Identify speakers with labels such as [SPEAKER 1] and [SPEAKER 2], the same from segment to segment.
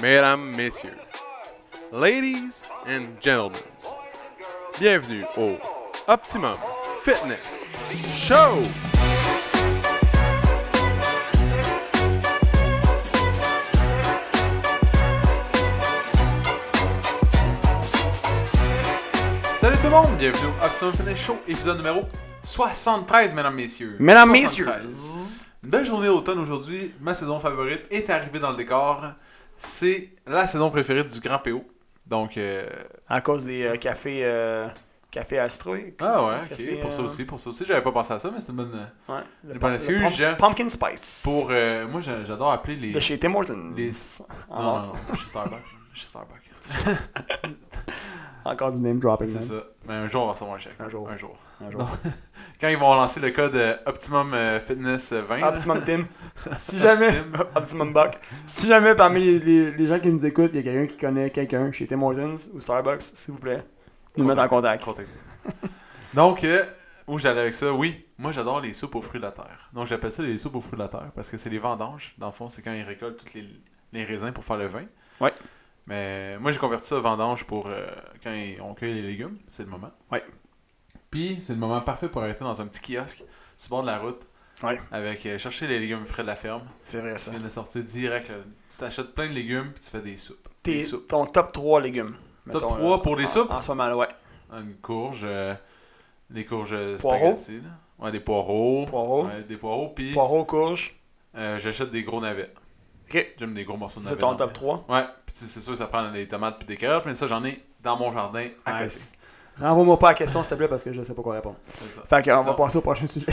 [SPEAKER 1] mesdames, messieurs, ladies and gentlemen, bienvenue au Optimum Fitness Show! Salut tout le monde, bienvenue au Optimum Fitness Show, épisode numéro 73, mesdames, messieurs.
[SPEAKER 2] Mesdames,
[SPEAKER 1] 73. Une belle journée d'automne aujourd'hui. Ma saison favorite est arrivée dans le décor. C'est la saison préférée du Grand PO. Donc, euh,
[SPEAKER 2] À cause des euh, cafés, euh, café Astro.
[SPEAKER 1] ah ouais, ok.
[SPEAKER 2] Café,
[SPEAKER 1] pour ça
[SPEAKER 2] euh,
[SPEAKER 1] aussi, pour ça aussi. J'avais pas pensé à ça, mais c'est une bonne.
[SPEAKER 2] Ouais.
[SPEAKER 1] Une
[SPEAKER 2] Le,
[SPEAKER 1] bonne
[SPEAKER 2] pum-
[SPEAKER 1] excuse,
[SPEAKER 2] le pum-
[SPEAKER 1] Jean.
[SPEAKER 2] pumpkin spice.
[SPEAKER 1] Pour. euh, moi, j'a- j'adore appeler les.
[SPEAKER 2] De chez Tim Hortons. Ah
[SPEAKER 1] les- Ah.
[SPEAKER 2] En-
[SPEAKER 1] Non, non, non, je suis Starbucks. Je suis Starbucks.
[SPEAKER 2] Encore du name dropping.
[SPEAKER 1] c'est
[SPEAKER 2] man.
[SPEAKER 1] ça. Mais un jour, on va recevoir un chèque.
[SPEAKER 2] Un jour.
[SPEAKER 1] Un jour.
[SPEAKER 2] Un jour.
[SPEAKER 1] Quand ils vont lancer le code euh, Optimum euh, Fitness 20.
[SPEAKER 2] Optimum Tim. Si jamais. Optimum Buck. Si jamais parmi les, les- les gens qui nous écoutent, il y a quelqu'un qui connaît quelqu'un chez Tim Hortons ou Starbucks, s'il vous plaît, nous mettre en contact.
[SPEAKER 1] Contactez. Donc, euh, où j'allais avec ça, oui, moi j'adore les soupes aux fruits de la terre. Donc j'appelle ça les soupes aux fruits de la terre parce que c'est les vendanges. Dans le fond, c'est quand ils récoltent tous les, les raisins pour faire le vin.
[SPEAKER 2] Ouais.
[SPEAKER 1] Mais moi j'ai converti ça en vendange pour euh, quand ils- on cueille les légumes. C'est le moment.
[SPEAKER 2] Ouais.
[SPEAKER 1] Puis c'est le moment parfait pour arrêter dans un petit kiosque sur le bord de la route.
[SPEAKER 2] Ouais.
[SPEAKER 1] Avec euh, chercher les légumes frais de la ferme.
[SPEAKER 2] C'est vrai
[SPEAKER 1] Tu
[SPEAKER 2] ça.
[SPEAKER 1] viens de sortir direct. là. Tu t'achètes plein de légumes puis tu fais des soupes. Des
[SPEAKER 2] T'es,
[SPEAKER 1] soupes.
[SPEAKER 2] ton top 3 légumes.
[SPEAKER 1] Top
[SPEAKER 2] mettons, euh, ah.
[SPEAKER 1] 3
[SPEAKER 2] là,
[SPEAKER 1] pour les
[SPEAKER 2] en-
[SPEAKER 1] soupes?
[SPEAKER 2] En ce moment, là, ouais.
[SPEAKER 1] Une courge, euh, des courges
[SPEAKER 2] Poireaux?
[SPEAKER 1] spaghetti, là. Ouais, des poireaux.
[SPEAKER 2] Poireaux.
[SPEAKER 1] Ouais, des poireaux, puis
[SPEAKER 2] Poireaux, courge.
[SPEAKER 1] euh, j'achète des gros navets.
[SPEAKER 2] Ok.
[SPEAKER 1] J'aime des gros morceaux de navets.
[SPEAKER 2] C'est ton
[SPEAKER 1] dans
[SPEAKER 2] top 3.
[SPEAKER 1] ma- Ouais, puis tu sais, c'est sûr, ça prend des tomates puis des carottes, mais ça, j'en ai dans mon jardin à
[SPEAKER 2] Nice. Renvoie-moi pas la question, s'il te plaît, parce que je sais pas quoi répondre.
[SPEAKER 1] côté. C'est ça.
[SPEAKER 2] Fait qu'on va
[SPEAKER 1] Non.
[SPEAKER 2] passer au prochain sujet.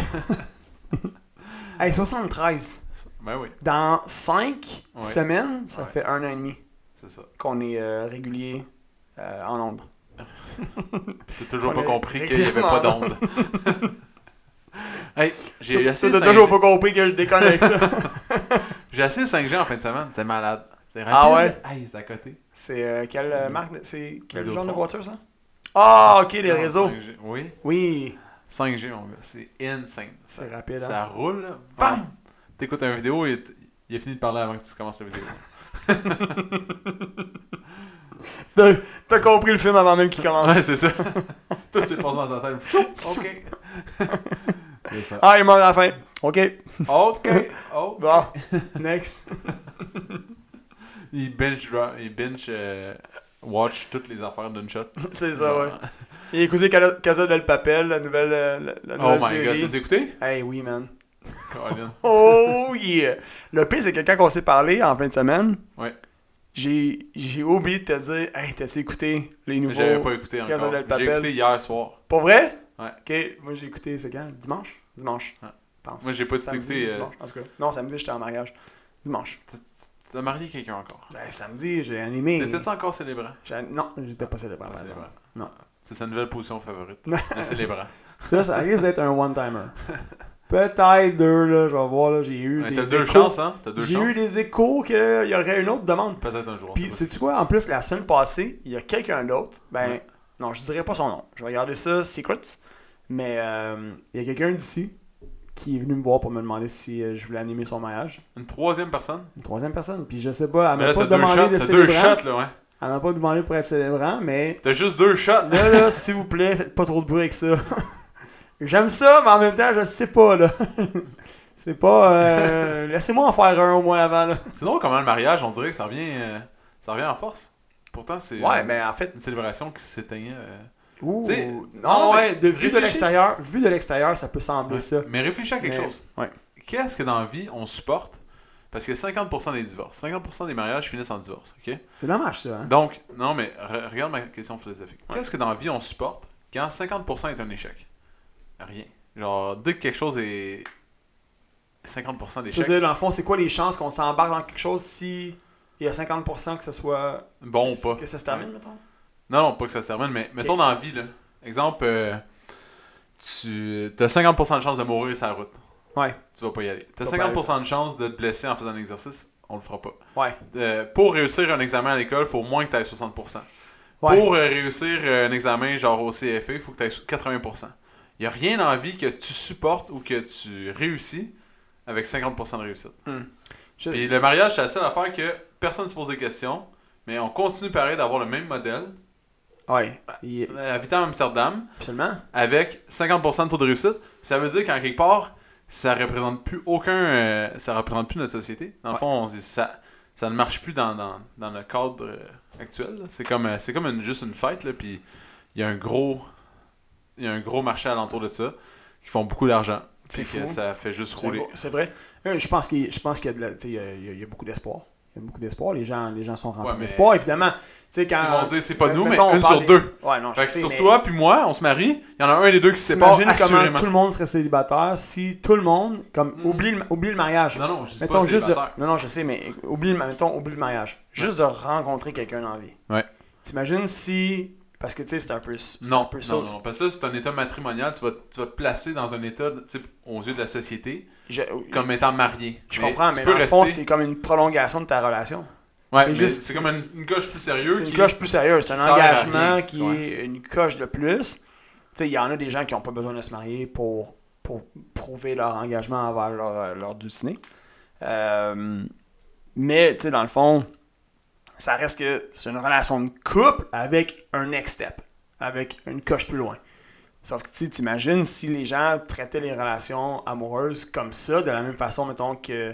[SPEAKER 2] hey, 73.
[SPEAKER 1] Ben oui,
[SPEAKER 2] Dans 5
[SPEAKER 1] Ouais.
[SPEAKER 2] semaines, ça
[SPEAKER 1] Ouais.
[SPEAKER 2] fait un an et demi
[SPEAKER 1] c'est ça.
[SPEAKER 2] qu'on est euh, régulier euh, en ondes.
[SPEAKER 1] Puis T'as toujours
[SPEAKER 2] On
[SPEAKER 1] pas
[SPEAKER 2] est
[SPEAKER 1] compris qu'il y avait pas
[SPEAKER 2] régulièrement-
[SPEAKER 1] d'onde. hey, j'ai eu assez
[SPEAKER 2] T'as
[SPEAKER 1] 5G.
[SPEAKER 2] toujours pas compris que je déconne avec ça.
[SPEAKER 1] J'ai assez 5G en fin de semaine, c'était malade. C'était rapide.
[SPEAKER 2] Ah
[SPEAKER 1] là. Hey, c'est à côté.
[SPEAKER 2] C'est euh, quelle euh, marque de- C'est quel
[SPEAKER 1] Vidéotron.
[SPEAKER 2] genre de voiture ça Ah, ok, les
[SPEAKER 1] Non,
[SPEAKER 2] réseaux.
[SPEAKER 1] 5G. Oui,
[SPEAKER 2] Oui,
[SPEAKER 1] 5G, mon gars, c'est insane. Ça-
[SPEAKER 2] c'est rapide. hein.
[SPEAKER 1] Ça roule, là. Bam! T'écoutes une vidéo et t- il a fini de parler avant que tu commences la vidéo.
[SPEAKER 2] T'as t'as compris le film avant même qu'il commence.
[SPEAKER 1] ouais, c'est ça. Tout s'est passé dans ta tête. Chou! OK. C'est ça.
[SPEAKER 2] Ah, il est mort à la fin. Ah, Ok,
[SPEAKER 1] OK. Oh.
[SPEAKER 2] bon, next.
[SPEAKER 1] Il binge, dra- il binge euh, watch toutes les affaires d'une shot.
[SPEAKER 2] C'est ça, ouais. Il a écouté Cala- Casa del Papel, la nouvelle, euh, la, la
[SPEAKER 1] Oh
[SPEAKER 2] nouvelle
[SPEAKER 1] my god,
[SPEAKER 2] série.
[SPEAKER 1] tu les as écoutés?
[SPEAKER 2] Hey, oui, man.
[SPEAKER 1] Colin.
[SPEAKER 2] Oh yeah! Le pire, c'est que quand on s'est parlé en fin de semaine,
[SPEAKER 1] Ouais.
[SPEAKER 2] j'ai j'ai oublié de te dire Hey, t'as-tu écouté les nouveaux.
[SPEAKER 1] J'avais pas écouté
[SPEAKER 2] Casa
[SPEAKER 1] encore.
[SPEAKER 2] del
[SPEAKER 1] J'ai
[SPEAKER 2] Papel.
[SPEAKER 1] écouté hier soir.
[SPEAKER 2] Pour vrai?
[SPEAKER 1] Ouais.
[SPEAKER 2] Ok, moi j'ai écouté, c'est quand? Dimanche? Dimanche.
[SPEAKER 1] Ouais.
[SPEAKER 2] je Pense.
[SPEAKER 1] Moi, j'ai pas tout
[SPEAKER 2] Samedi,
[SPEAKER 1] écouté, euh.
[SPEAKER 2] Dimanche, en tout cas. Non, samedi, j'étais en mariage. Dimanche.
[SPEAKER 1] T'as marié quelqu'un encore?
[SPEAKER 2] Ben, samedi, j'ai animé.
[SPEAKER 1] T'étais-tu encore célébrant?
[SPEAKER 2] J'ai- Non, j'étais pas célébrant.
[SPEAKER 1] Pas
[SPEAKER 2] par
[SPEAKER 1] célébrant.
[SPEAKER 2] exemple. Non.
[SPEAKER 1] C'est sa nouvelle position favorite. Le célébrant.
[SPEAKER 2] Ça, ça risque d'être un one-timer. Peut-être deux, là, je vais voir, là, j'ai eu
[SPEAKER 1] Ouais,
[SPEAKER 2] des.
[SPEAKER 1] T'as deux
[SPEAKER 2] échos.
[SPEAKER 1] chances, hein? T'as deux
[SPEAKER 2] J'ai eu
[SPEAKER 1] chances.
[SPEAKER 2] des échos qu'il y aurait une autre demande.
[SPEAKER 1] Peut-être un jour. on sait
[SPEAKER 2] Puis,
[SPEAKER 1] pas.
[SPEAKER 2] sais-tu quoi? En plus, la semaine passée, il y a quelqu'un d'autre. Ben,
[SPEAKER 1] Ouais.
[SPEAKER 2] non, je dirais pas son nom. Je vais regarder ça, Secrets. Mais euh, il y a quelqu'un d'ici qui est venu me voir pour me demander si euh, je voulais animer son mariage.
[SPEAKER 1] Une troisième personne?
[SPEAKER 2] Une troisième personne. Puis, je sais pas, elle
[SPEAKER 1] Mais
[SPEAKER 2] m'a
[SPEAKER 1] là,
[SPEAKER 2] pas
[SPEAKER 1] t'as deux
[SPEAKER 2] demandé
[SPEAKER 1] shots.
[SPEAKER 2] de
[SPEAKER 1] T'as deux
[SPEAKER 2] célébrant.
[SPEAKER 1] shots, là, ouais.
[SPEAKER 2] Elle m'a pas demandé pour être célébrant, mais
[SPEAKER 1] T'as juste deux shots.
[SPEAKER 2] là, là, s'il vous plaît, faites pas trop de bruit avec ça. J'aime ça, mais en même temps, je sais pas, là. C'est pas. euh, Laissez-moi en faire un au moins avant, là.
[SPEAKER 1] C'est drôle comment le mariage, on dirait que ça revient, euh, ça revient en force. Pourtant, c'est euh,
[SPEAKER 2] Ouais, mais en fait,
[SPEAKER 1] une célébration qui s'éteignait. euh.
[SPEAKER 2] Ouh.
[SPEAKER 1] T'sais,
[SPEAKER 2] non,
[SPEAKER 1] non, mais
[SPEAKER 2] ouais, de, vu de
[SPEAKER 1] réfléchis.
[SPEAKER 2] l'extérieur, vu de l'extérieur, ça peut sembler
[SPEAKER 1] Ouais.
[SPEAKER 2] ça.
[SPEAKER 1] Mais réfléchis à quelque
[SPEAKER 2] Mais-
[SPEAKER 1] chose.
[SPEAKER 2] ouais.
[SPEAKER 1] Qu'est-ce que dans la vie on supporte Parce que 50% des divorces, 50% des mariages finissent en divorce. ok
[SPEAKER 2] C'est dommage ça. Hein?
[SPEAKER 1] Donc, non, mais re- regarde ma question philosophique. Qu'est-ce que dans la vie on supporte quand 50% est un échec Rien. Genre, dès que quelque chose est 50%
[SPEAKER 2] Je veux
[SPEAKER 1] d'échec,
[SPEAKER 2] dire, dans le fond, c'est quoi les chances qu'on s'embarque dans quelque chose si il y a 50% que ce soit
[SPEAKER 1] bon ou pas
[SPEAKER 2] que ça se termine, mettons?
[SPEAKER 1] Non, non, pas que ça se termine, mais mettons dans la vie, là. Exemple, euh, tu as 50% de chance de mourir sur la route.
[SPEAKER 2] Ouais.
[SPEAKER 1] Tu vas pas y aller. Tu as
[SPEAKER 2] Tu vas pas aller
[SPEAKER 1] 50% de chance de te blesser en faisant un exercice. On le fera pas.
[SPEAKER 2] Ouais.
[SPEAKER 1] Euh, pour réussir un examen à l'école, faut au moins que tu aies 60%.
[SPEAKER 2] Ouais.
[SPEAKER 1] Pour euh, réussir euh, un examen genre au CFA, il faut que tu aies 80%. Il n'y a rien dans la vie que tu supportes ou que tu réussis avec 50% de réussite.
[SPEAKER 2] Je-
[SPEAKER 1] Puis le mariage, c'est la seule affaire que personne ne se pose des questions, mais on continue pareil d'avoir le même modèle,
[SPEAKER 2] Ouais. Il-
[SPEAKER 1] euh, habitant à Amsterdam,
[SPEAKER 2] Absolument.
[SPEAKER 1] avec 50% de taux de réussite. Ça veut dire qu'en quelque part, ça représente plus aucun. euh, ça représente plus notre société. Dans le
[SPEAKER 2] Ouais.
[SPEAKER 1] fond, on se dit ça, ça ne marche plus dans, dans, dans le cadre euh, actuel. là. C'est comme, euh, c'est comme une- juste une fête, là, puis il y a un gros. Il y a un gros marché alentour de ça qui font beaucoup d'argent.
[SPEAKER 2] C'est
[SPEAKER 1] Fait que
[SPEAKER 2] fou.
[SPEAKER 1] Ça fait juste
[SPEAKER 2] C'est
[SPEAKER 1] rouler.
[SPEAKER 2] beau, C'est vrai. Euh, Je pense qu'il je pense qu'il y a de la- tu sais, il y a- il y a- il y a beaucoup d'espoir. Il y a beaucoup d'espoir. Les gens, les gens sont remplis
[SPEAKER 1] Ouais, mais-
[SPEAKER 2] d'espoir, évidemment. Tu sais, quand. Euh,
[SPEAKER 1] Ils vont se dire, c'est pas nous,
[SPEAKER 2] Mettons, on
[SPEAKER 1] mais une
[SPEAKER 2] parle
[SPEAKER 1] sur
[SPEAKER 2] des-
[SPEAKER 1] deux.
[SPEAKER 2] Ouais, non, je
[SPEAKER 1] Fait que
[SPEAKER 2] sais,
[SPEAKER 1] sur
[SPEAKER 2] mais
[SPEAKER 1] toi puis moi, on se marie, il y en a un des deux qui se sépare
[SPEAKER 2] T'imagines comment
[SPEAKER 1] assurément.
[SPEAKER 2] tout le monde serait célibataire si tout le monde, comme,
[SPEAKER 1] Mm.
[SPEAKER 2] oublie, le, oublie le mariage.
[SPEAKER 1] Non, non, je dis
[SPEAKER 2] mettons
[SPEAKER 1] pas
[SPEAKER 2] juste de-
[SPEAKER 1] célibataire.
[SPEAKER 2] Non, non, je sais, mais oublie, le- mettons, oublie le mariage. Juste de rencontrer quelqu'un dans la vie.
[SPEAKER 1] Ouais.
[SPEAKER 2] T'imagines si. Parce que, tu sais, c'est un peu. c'est un
[SPEAKER 1] Non,
[SPEAKER 2] peu ça.
[SPEAKER 1] non, non, parce que ça, c'est un état matrimonial, tu vas, tu vas te placer dans un état, tu sais, aux yeux de la société,
[SPEAKER 2] Je,
[SPEAKER 1] comme étant marié.
[SPEAKER 2] je comprends, mais dans le fond, c'est comme une prolongation de ta relation.
[SPEAKER 1] Ouais,
[SPEAKER 2] c'est
[SPEAKER 1] mais
[SPEAKER 2] juste-
[SPEAKER 1] c'est comme une, une coche plus sérieuse.
[SPEAKER 2] C'est une
[SPEAKER 1] qui-
[SPEAKER 2] coche plus sérieuse. C'est
[SPEAKER 1] qui
[SPEAKER 2] un
[SPEAKER 1] sert à rien,
[SPEAKER 2] engagement qui
[SPEAKER 1] ouais.
[SPEAKER 2] est une coche de plus. Tu sais, il y en a des gens qui n'ont pas besoin de se marier pour, pour prouver leur engagement envers leur, euh, leur dulciné. Euh, mais, tu sais, dans le fond, ça reste que c'est une relation de couple avec un next step, avec une coche plus loin. Sauf que, tu sais, t'imagines si les gens traitaient les relations amoureuses comme ça, de la même façon, mettons, que,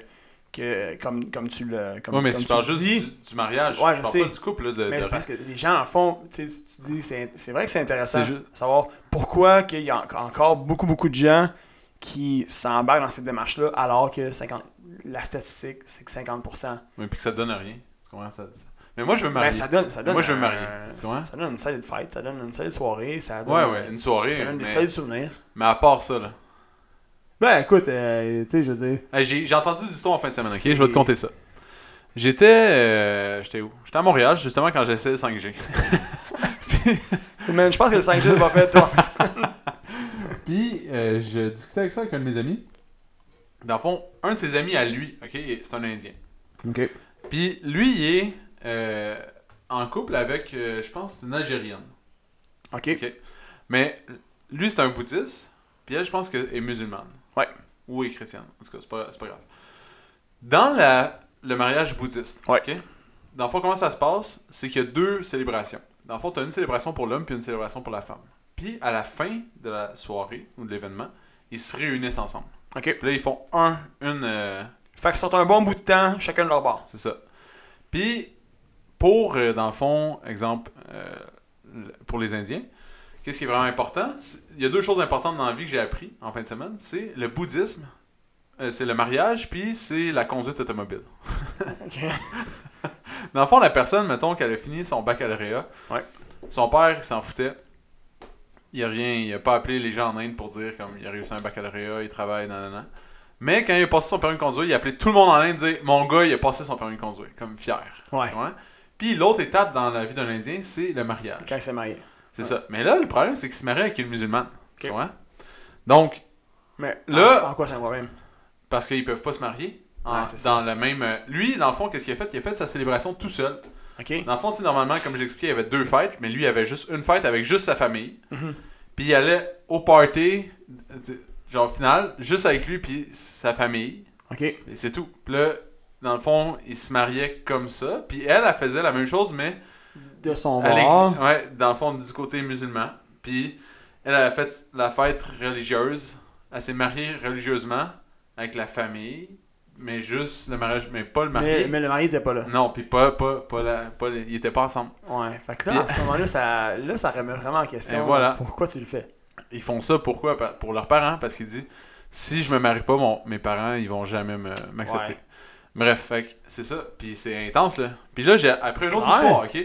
[SPEAKER 2] que comme, comme tu le comme,
[SPEAKER 1] Ouais, mais
[SPEAKER 2] comme
[SPEAKER 1] tu
[SPEAKER 2] tu
[SPEAKER 1] parles
[SPEAKER 2] le
[SPEAKER 1] juste
[SPEAKER 2] dis.
[SPEAKER 1] du, du mariage,
[SPEAKER 2] Ouais,
[SPEAKER 1] je
[SPEAKER 2] je
[SPEAKER 1] parle
[SPEAKER 2] sais.
[SPEAKER 1] pas du couple, là, de,
[SPEAKER 2] Mais
[SPEAKER 1] de
[SPEAKER 2] c'est parce que les gens, en font, tu sais, tu dis, c'est c'est vrai que c'est intéressant
[SPEAKER 1] C'est juste-
[SPEAKER 2] de savoir pourquoi qu'il y a en- encore beaucoup, beaucoup de gens qui s'embarquent dans cette démarche-là, alors que 50 la statistique, c'est que 50%.
[SPEAKER 1] Mais puis que ça te donne rien. Tu comprends ça, ça- Mais moi, je veux me
[SPEAKER 2] Ben,
[SPEAKER 1] marier.
[SPEAKER 2] ça donne, ça donne
[SPEAKER 1] Moi, je veux me
[SPEAKER 2] un-
[SPEAKER 1] marier, tu comprends?
[SPEAKER 2] ça, ça donne une salle de fête, ça donne une salle de soirée, ça donne,
[SPEAKER 1] Ouais, ouais, une soirée.
[SPEAKER 2] ça donne des
[SPEAKER 1] mais...
[SPEAKER 2] salles de souvenirs.
[SPEAKER 1] mais à part ça, là.
[SPEAKER 2] Ben écoute, euh, tu sais, je veux dire,
[SPEAKER 1] Hey, J'ai j'ai entendu des histoires en fin de semaine, ok?
[SPEAKER 2] C'est-
[SPEAKER 1] Je vais te conter ça. J'étais. euh, J'étais où J'étais à Montréal, justement, quand j'essayais le 5G.
[SPEAKER 2] man, je pense que le 5G va faire toi.
[SPEAKER 1] Puis, euh, je discutais avec ça avec un de mes amis. Dans le fond, un de ses amis à lui, ok, c'est un Indien.
[SPEAKER 2] ok.
[SPEAKER 1] Puis, lui, il est euh, en couple avec, euh, je pense, une Algérienne.
[SPEAKER 2] Ok.
[SPEAKER 1] Mais lui, c'est un bouddhiste. Puis elle, je pense qu'elle est musulmane.
[SPEAKER 2] Ouais.
[SPEAKER 1] Ou est chrétienne. En tout cas, c'est pas, c'est pas grave. Dans la, le mariage bouddhiste,
[SPEAKER 2] Ouais.
[SPEAKER 1] ok, dans le fond, comment ça se passe C'est qu'il y a deux célébrations. Dans le fond, tu as une célébration pour l'homme puis une célébration pour la femme. Puis à la fin de la soirée ou de l'événement, ils se réunissent ensemble.
[SPEAKER 2] Ok.
[SPEAKER 1] Puis là, ils font un, une. euh,
[SPEAKER 2] Fait qu'ils sont un bon bout de temps, chacun de leur bord.
[SPEAKER 1] c'est ça. Puis, pour, euh, dans le fond, exemple, euh, le- pour les Indiens, qu'est-ce qui est vraiment important? C'est- Il y a deux choses importantes dans la vie que j'ai appris en fin de semaine. C'est le bouddhisme, euh, c'est le mariage, puis c'est la conduite automobile.
[SPEAKER 2] Ok.
[SPEAKER 1] Dans le fond, la personne, mettons qu'elle a fini son baccalauréat,
[SPEAKER 2] Ouais.
[SPEAKER 1] son père il s'en foutait. Il a rien, il a pas appelé les gens en Inde pour dire comme il a réussi un baccalauréat, il travaille, nanana. Mais quand il a passé son permis de conduire, il a appelé tout le monde en Inde dire Mon gars, il a passé son permis de conduire, comme fier.
[SPEAKER 2] Ouais.
[SPEAKER 1] Tu comprends? Puis l'autre étape dans la vie d'un Indien, c'est le mariage.
[SPEAKER 2] Quand ils s'est mariés.
[SPEAKER 1] C'est ça. Mais là, le problème, c'est qu'il se marie avec une musulmane. Tu
[SPEAKER 2] Ok.
[SPEAKER 1] comprends? Donc,
[SPEAKER 2] Mais
[SPEAKER 1] Là-
[SPEAKER 2] en, en quoi c'est un problème?
[SPEAKER 1] parce qu'ils peuvent pas se marier en-
[SPEAKER 2] Ah, c'est ça.
[SPEAKER 1] dans la même. euh, Lui, dans le fond, qu'est-ce qu'il a fait Il a fait sa célébration tout seul.
[SPEAKER 2] Ok.
[SPEAKER 1] Dans le fond, tu sais, normalement, comme j'expliquais, il y avait deux fêtes, mais lui, il avait juste une fête avec juste sa famille.
[SPEAKER 2] Mhm.
[SPEAKER 1] Puis il allait au party, euh, tu- genre au final, juste avec lui puis sa famille.
[SPEAKER 2] Ok.
[SPEAKER 1] Et c'est tout. Puis là, dans le fond, il se mariait comme ça. Puis elle, elle faisait la même chose, mais
[SPEAKER 2] De son
[SPEAKER 1] à l'église-
[SPEAKER 2] bord.
[SPEAKER 1] ouais, dans le fond, du côté musulman. Puis elle, elle a fait la fête religieuse. Elle s'est mariée religieusement avec la famille, mais juste le mariage, mais pas le
[SPEAKER 2] Mais,
[SPEAKER 1] marié.
[SPEAKER 2] mais le mari était pas là.
[SPEAKER 1] Non, puis pas, pas, pas, la, pas les- ils étaient pas ensemble.
[SPEAKER 2] Ouais. Fait que là, à ce moment-là, ça, là, ça remet vraiment en question. hein,
[SPEAKER 1] Et voilà.
[SPEAKER 2] Pourquoi tu le fais?
[SPEAKER 1] Ils font ça pourquoi Pa- Pour leurs parents, parce qu'ils disent si je me marie pas, mon- mes parents ils vont jamais me- m'accepter.
[SPEAKER 2] Ouais.
[SPEAKER 1] Bref, fait que c'est ça, puis c'est intense là. Puis là, j'ai après une autre
[SPEAKER 2] clair.
[SPEAKER 1] histoire, ok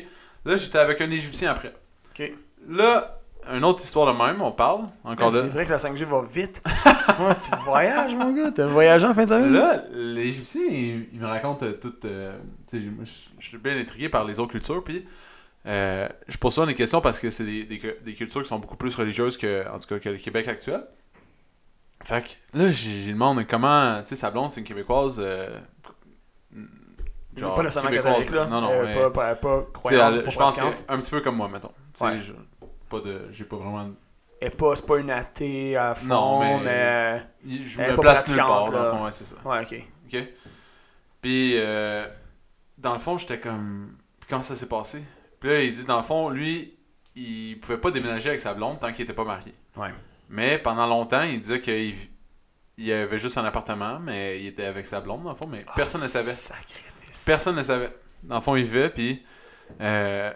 [SPEAKER 1] Là, j'étais avec un Égyptien après.
[SPEAKER 2] Ok.
[SPEAKER 1] Là, une autre histoire de même, on parle, encore
[SPEAKER 2] Man,
[SPEAKER 1] là.
[SPEAKER 2] C'est vrai que la 5G va vite. Moi, tu voyages, mon gars. T'as voyagé en fin de semaine?
[SPEAKER 1] Là, l'Égyptien, il, il me raconte euh, tout. euh, tu sais, moi, je je suis bien intrigué par les autres cultures, puis euh, je pose souvent des questions parce que c'est des, des cu- des cultures qui sont beaucoup plus religieuses que, en tout cas, que le Québec actuel. Fait que là, j'ai j'ai demandé comment. Tu sais, sa blonde, c'est une Québécoise. euh, genre,
[SPEAKER 2] pas nécessairement
[SPEAKER 1] Québécoise,
[SPEAKER 2] catholique, là.
[SPEAKER 1] Non, non,
[SPEAKER 2] Euh,
[SPEAKER 1] mais-
[SPEAKER 2] pas, pas, pas
[SPEAKER 1] tu sais,
[SPEAKER 2] croyante,
[SPEAKER 1] elle-
[SPEAKER 2] pas
[SPEAKER 1] je pense que
[SPEAKER 2] pratiquante.
[SPEAKER 1] un petit peu comme moi, mettons. Tu sais,
[SPEAKER 2] Ouais.
[SPEAKER 1] je- pas de, j'ai pas vraiment. de-
[SPEAKER 2] Elle est pas, c'est pas une athée à fond,
[SPEAKER 1] Non,
[SPEAKER 2] mais...
[SPEAKER 1] mais- Je
[SPEAKER 2] Elle est
[SPEAKER 1] me
[SPEAKER 2] pas
[SPEAKER 1] place nulle part,
[SPEAKER 2] pratiquante,
[SPEAKER 1] dans le
[SPEAKER 2] là.
[SPEAKER 1] fond, ouais, c'est ça.
[SPEAKER 2] Ouais, ok.
[SPEAKER 1] OK? Puis, euh, dans le fond, j'étais comme. Puis comment ça s'est passé? Puis là, il dit, dans le fond, lui, il pouvait pas déménager avec sa blonde tant qu'il était pas marié.
[SPEAKER 2] Ouais.
[SPEAKER 1] Mais pendant longtemps, il disait qu'il il avait juste un appartement, mais il était avec sa blonde, dans le fond, mais personne ne
[SPEAKER 2] Ah,
[SPEAKER 1] savait.
[SPEAKER 2] sacrifice.
[SPEAKER 1] Personne ne savait. Dans le fond, il vivait, puis euh,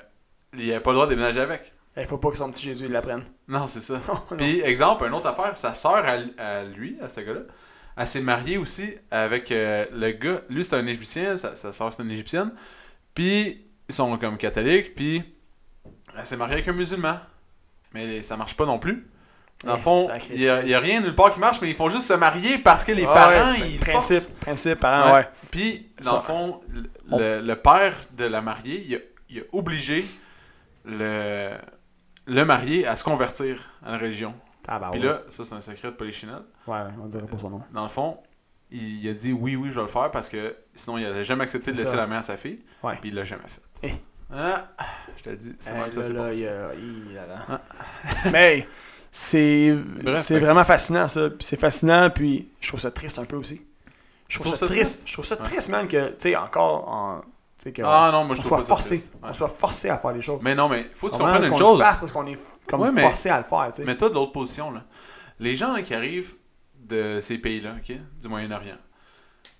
[SPEAKER 1] il avait pas le droit de déménager avec.
[SPEAKER 2] Il Eh, faut pas que son petit Jésus il l'apprenne.
[SPEAKER 1] Non, c'est ça.
[SPEAKER 2] Non, non.
[SPEAKER 1] Puis, exemple, une autre affaire, sa sœur à, l- à lui, à ce gars-là, elle s'est mariée aussi avec euh, le gars. Lui, c'est un Égyptien, sa, sa sœur, c'est une Égyptienne. Puis, ils sont comme catholiques, puis elle s'est mariée avec un musulman. Mais ça marche pas non plus. Dans le
[SPEAKER 2] Eh,
[SPEAKER 1] fond,
[SPEAKER 2] sacré
[SPEAKER 1] il y, a- il y a
[SPEAKER 2] Christ.
[SPEAKER 1] rien nulle part qui marche, mais ils font juste se marier parce que les
[SPEAKER 2] Ah,
[SPEAKER 1] parents,
[SPEAKER 2] ouais, ben,
[SPEAKER 1] ils
[SPEAKER 2] principe,
[SPEAKER 1] forcent.
[SPEAKER 2] principe, parents, ouais.
[SPEAKER 1] Ouais. Puis, dans
[SPEAKER 2] Ça-
[SPEAKER 1] le fond, le,
[SPEAKER 2] on-
[SPEAKER 1] le- le père de la mariée, il a, il a obligé le, le marié à se convertir à la religion.
[SPEAKER 2] Ah, bah,
[SPEAKER 1] Puis
[SPEAKER 2] ouais.
[SPEAKER 1] là, ça c'est un secret de Polichinelle.
[SPEAKER 2] Ouais, ouais, on dirait pas son nom.
[SPEAKER 1] Dans le fond, il, il a dit oui, oui, je vais le faire parce que sinon il n'allait jamais accepter de
[SPEAKER 2] C'est
[SPEAKER 1] laisser
[SPEAKER 2] ça.
[SPEAKER 1] la main à sa fille.
[SPEAKER 2] Ouais.
[SPEAKER 1] Puis il l'a jamais fait.
[SPEAKER 2] Eh.
[SPEAKER 1] Ah, je te le dis, c'est
[SPEAKER 2] Eh,
[SPEAKER 1] même ça
[SPEAKER 2] là,
[SPEAKER 1] s'est
[SPEAKER 2] là,
[SPEAKER 1] passé.
[SPEAKER 2] il y a- il y a là. Mais hey, c'est c'est
[SPEAKER 1] fait que
[SPEAKER 2] vraiment
[SPEAKER 1] c'est-
[SPEAKER 2] fascinant ça, puis c'est fascinant puis je trouve ça triste un peu aussi. Je trouve, ça triste, je trouve ça
[SPEAKER 1] Ouais.
[SPEAKER 2] triste man que tu sais encore en tu sais que
[SPEAKER 1] Ah non, moi
[SPEAKER 2] on
[SPEAKER 1] je trouve
[SPEAKER 2] soit
[SPEAKER 1] pas ça
[SPEAKER 2] forcé,
[SPEAKER 1] triste. Ouais.
[SPEAKER 2] on soit forcé à faire des choses.
[SPEAKER 1] Mais non, mais faut que tu
[SPEAKER 2] Vraiment
[SPEAKER 1] comprennes une
[SPEAKER 2] qu'on
[SPEAKER 1] chose.
[SPEAKER 2] le fasse parce qu'on est f- comme
[SPEAKER 1] Ouais, mais-
[SPEAKER 2] forcé à le faire, tu sais.
[SPEAKER 1] Mais toi de l'autre position là, les gens là, qui arrivent de ces pays-là, ok, du Moyen-Orient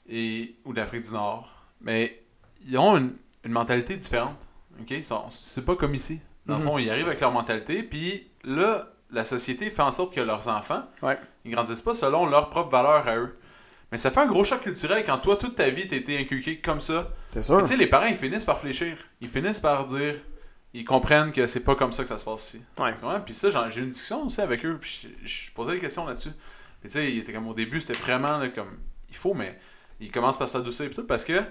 [SPEAKER 1] et ou d'Afrique du Nord, mais ils ont une, une mentalité différente. Ok, Ils sont- c'est pas comme ici. Dans
[SPEAKER 2] Mhm.
[SPEAKER 1] le fond, ils arrivent avec leur mentalité, puis là, la société fait en sorte que leurs enfants
[SPEAKER 2] Ouais.
[SPEAKER 1] Ils grandissent pas selon leurs propres valeurs à eux. Mais ça fait un gros choc culturel quand toi, toute ta vie, t'as été inculqué comme ça.
[SPEAKER 2] C'est
[SPEAKER 1] Puis,
[SPEAKER 2] sûr.
[SPEAKER 1] Tu sais, les parents, ils finissent par fléchir. Ils finissent par dire. Ils comprennent que c'est pas comme ça que ça se passe ici.
[SPEAKER 2] Ouais.
[SPEAKER 1] Tu comprends? Puis ça, j'en- j'ai eu une discussion aussi avec eux. Puis je, je posais des questions là-dessus. Puis tu sais, ils étaient comme au début, c'était vraiment là, comme. Il faut, mais ils commencent par s'adoucir. Puis tout, parce que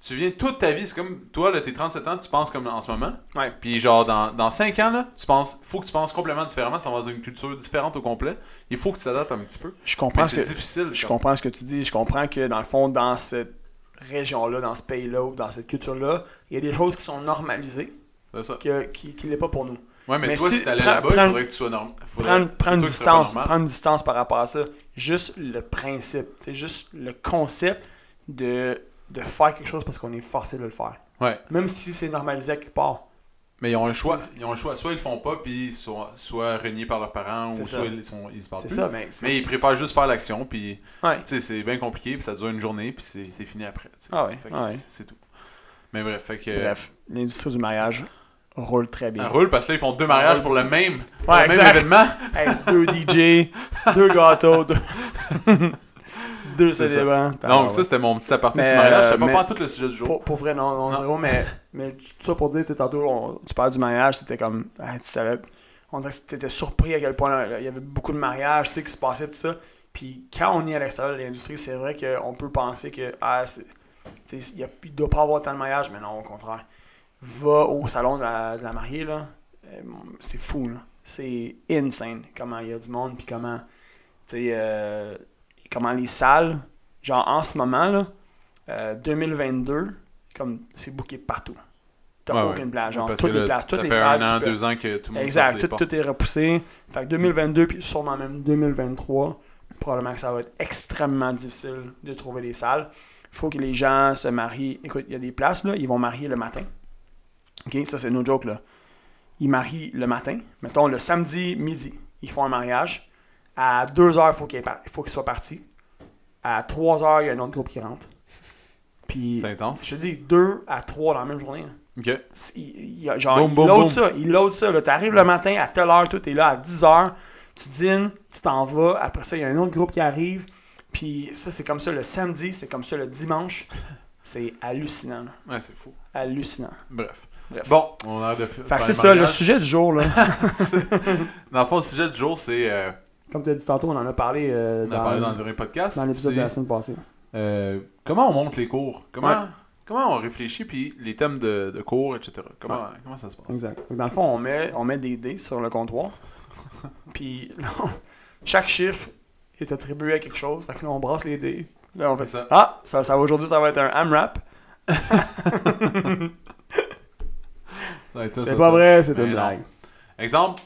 [SPEAKER 1] tu viens toute ta vie. C'est comme toi, là, t'es 37 ans, tu penses comme en ce moment.
[SPEAKER 2] Ouais.
[SPEAKER 1] Puis genre, dans, dans 5 ans, là, tu penses. Faut que tu penses complètement différemment. Ça va dans une culture différente au complet. Il faut que tu t'adaptes un petit peu.
[SPEAKER 2] Je
[SPEAKER 1] Mais
[SPEAKER 2] comprends ce
[SPEAKER 1] c'est
[SPEAKER 2] que
[SPEAKER 1] difficile.
[SPEAKER 2] Je
[SPEAKER 1] comme-
[SPEAKER 2] comprends ce que tu dis. Je comprends que, dans le fond, dans cette région-là, dans ce pays-là ou dans cette culture-là, il y a des choses qui sont normalisées
[SPEAKER 1] C'est ça.
[SPEAKER 2] que, qui ne l'est pas pour nous.
[SPEAKER 1] Ouais, mais,
[SPEAKER 2] Mais
[SPEAKER 1] toi,
[SPEAKER 2] si-
[SPEAKER 1] si t'allais
[SPEAKER 2] prends-
[SPEAKER 1] là-bas,
[SPEAKER 2] prends-
[SPEAKER 1] il faudrait que tu sois normal.
[SPEAKER 2] Prendre, prendre une distance, prendre une distance par rapport à ça. Juste le principe, c'est juste le concept de, de faire quelque chose parce qu'on est forcé de le faire.
[SPEAKER 1] Ouais.
[SPEAKER 2] Même si c'est normalisé à quelque part.
[SPEAKER 1] Mais ils ont un choix.
[SPEAKER 2] C'est-
[SPEAKER 1] Ils ont un choix. Soit ils le font pas, puis soit, soit reniés par leurs parents, ou
[SPEAKER 2] C'est
[SPEAKER 1] soit
[SPEAKER 2] ça.
[SPEAKER 1] ils, sont, ils se parlent
[SPEAKER 2] C'est
[SPEAKER 1] plus.
[SPEAKER 2] ça, mais c'est
[SPEAKER 1] Mais ils préfèrent juste faire l'action, puis
[SPEAKER 2] Ouais.
[SPEAKER 1] tu sais, c'est bien compliqué, puis ça dure une journée, puis c'est c'est fini après. tu sais.
[SPEAKER 2] Ah ouais,
[SPEAKER 1] Fait que
[SPEAKER 2] ah ouais.
[SPEAKER 1] c'est- C'est tout. Mais bref, fait que.
[SPEAKER 2] Bref, l'industrie du mariage roule très bien.
[SPEAKER 1] Elle Euh, roule parce que là, ils font deux mariages pour le même, pour
[SPEAKER 2] Ouais,
[SPEAKER 1] le même
[SPEAKER 2] exact.
[SPEAKER 1] événement.
[SPEAKER 2] Hey, deux DJ, deux gâteaux, deux, deux
[SPEAKER 1] C'est ça.
[SPEAKER 2] célébrants. Ah,
[SPEAKER 1] Donc,
[SPEAKER 2] ouais.
[SPEAKER 1] ça, c'était mon petit aparté
[SPEAKER 2] Mais,
[SPEAKER 1] sur le mariage. C'était
[SPEAKER 2] euh, mais-
[SPEAKER 1] pas pas tout le sujet du jour.
[SPEAKER 2] Pour, pour vrai, non, non,
[SPEAKER 1] Non.
[SPEAKER 2] zéro, mais, mais tout ça pour dire, tu sais, tantôt, on- tu parles du mariage, c'était comme, ah, tu savais, on dirait que t'étais surpris à quel point là, il y avait beaucoup de mariages, tu sais, qui se passaient, tout ça. Puis quand on est à l'extérieur de l'industrie, c'est vrai qu'on peut penser que, ah, c'est- tu sais, il y a- il doit pas avoir tant de mariages, mais non, au contraire. Va au salon de la, de la mariée, là, euh, c'est fou, là. C'est insane comment il y a du monde, puis comment, tu sais, euh, comment les salles, genre en ce moment, là, euh, 2022, comme c'est booké partout. T'as
[SPEAKER 1] Ouais,
[SPEAKER 2] aucune place, genre
[SPEAKER 1] Parce
[SPEAKER 2] toutes
[SPEAKER 1] que
[SPEAKER 2] les
[SPEAKER 1] là,
[SPEAKER 2] places, toutes
[SPEAKER 1] ça
[SPEAKER 2] les
[SPEAKER 1] fait
[SPEAKER 2] salles.
[SPEAKER 1] un an,
[SPEAKER 2] tu peux-
[SPEAKER 1] deux ans que tout le monde sort
[SPEAKER 2] Exact,
[SPEAKER 1] des
[SPEAKER 2] tout,
[SPEAKER 1] portes.
[SPEAKER 2] tout est repoussé. Fait que 2022, puis sûrement même 2023, probablement que ça va être extrêmement difficile de trouver des salles. Il faut que les gens se marient. Écoute, il y a des places, là, ils vont marier le matin. OK, ça, c'est no joke, là. Ils marient le matin. Mettons, le samedi midi, ils font un mariage. À 2 heures, il faut qu'ils par- faut qu'ils soient partis. À 3 heures, il y a un autre groupe qui rentre. Puis,
[SPEAKER 1] C'est intense.
[SPEAKER 2] je te dis, 2 à 3 dans la même journée. hein. là.
[SPEAKER 1] Ok.
[SPEAKER 2] C'est- il- il- genre,
[SPEAKER 1] Boum,
[SPEAKER 2] il
[SPEAKER 1] boum,
[SPEAKER 2] load
[SPEAKER 1] boum.
[SPEAKER 2] ça, il load ça. là. T'arrives le matin à telle heure, toi, t'es là à 10h, tu dînes, tu t'en vas. Après ça, il y a un autre groupe qui arrive. Puis ça, c'est comme ça le samedi, c'est comme ça le dimanche. C'est hallucinant. là.
[SPEAKER 1] Ouais, c'est fou.
[SPEAKER 2] Hallucinant.
[SPEAKER 1] Bref.
[SPEAKER 2] Bref.
[SPEAKER 1] Bon, on a l'air de.
[SPEAKER 2] Fait que c'est ça, le sujet du jour, là.
[SPEAKER 1] Dans le fond, le sujet du jour, c'est. euh,
[SPEAKER 2] comme tu as dit tantôt, on en a parlé, euh,
[SPEAKER 1] on a
[SPEAKER 2] dans,
[SPEAKER 1] parlé dans le dernier podcast.
[SPEAKER 2] dans l'épisode de la
[SPEAKER 1] c'est,
[SPEAKER 2] semaine passée.
[SPEAKER 1] euh, comment on monte les cours Comment,
[SPEAKER 2] Ouais.
[SPEAKER 1] comment on réfléchit Puis les thèmes de, de cours, etc. Comment, comment ça se passe
[SPEAKER 2] Ah. Exact. Fait que Dans le fond, on met, on met des dés sur le comptoir. Puis là, on- chaque chiffre est attribué à quelque chose. Fait que là, on brasse les dés. Là, on fait
[SPEAKER 1] C'est ça.
[SPEAKER 2] Ah, ça, ça va- aujourd'hui, ça va être un AMRAP.
[SPEAKER 1] Ça va être ça,
[SPEAKER 2] C'est
[SPEAKER 1] ça,
[SPEAKER 2] pas
[SPEAKER 1] ça.
[SPEAKER 2] vrai, c'est
[SPEAKER 1] Mais
[SPEAKER 2] une
[SPEAKER 1] non.
[SPEAKER 2] blague.
[SPEAKER 1] Exemple,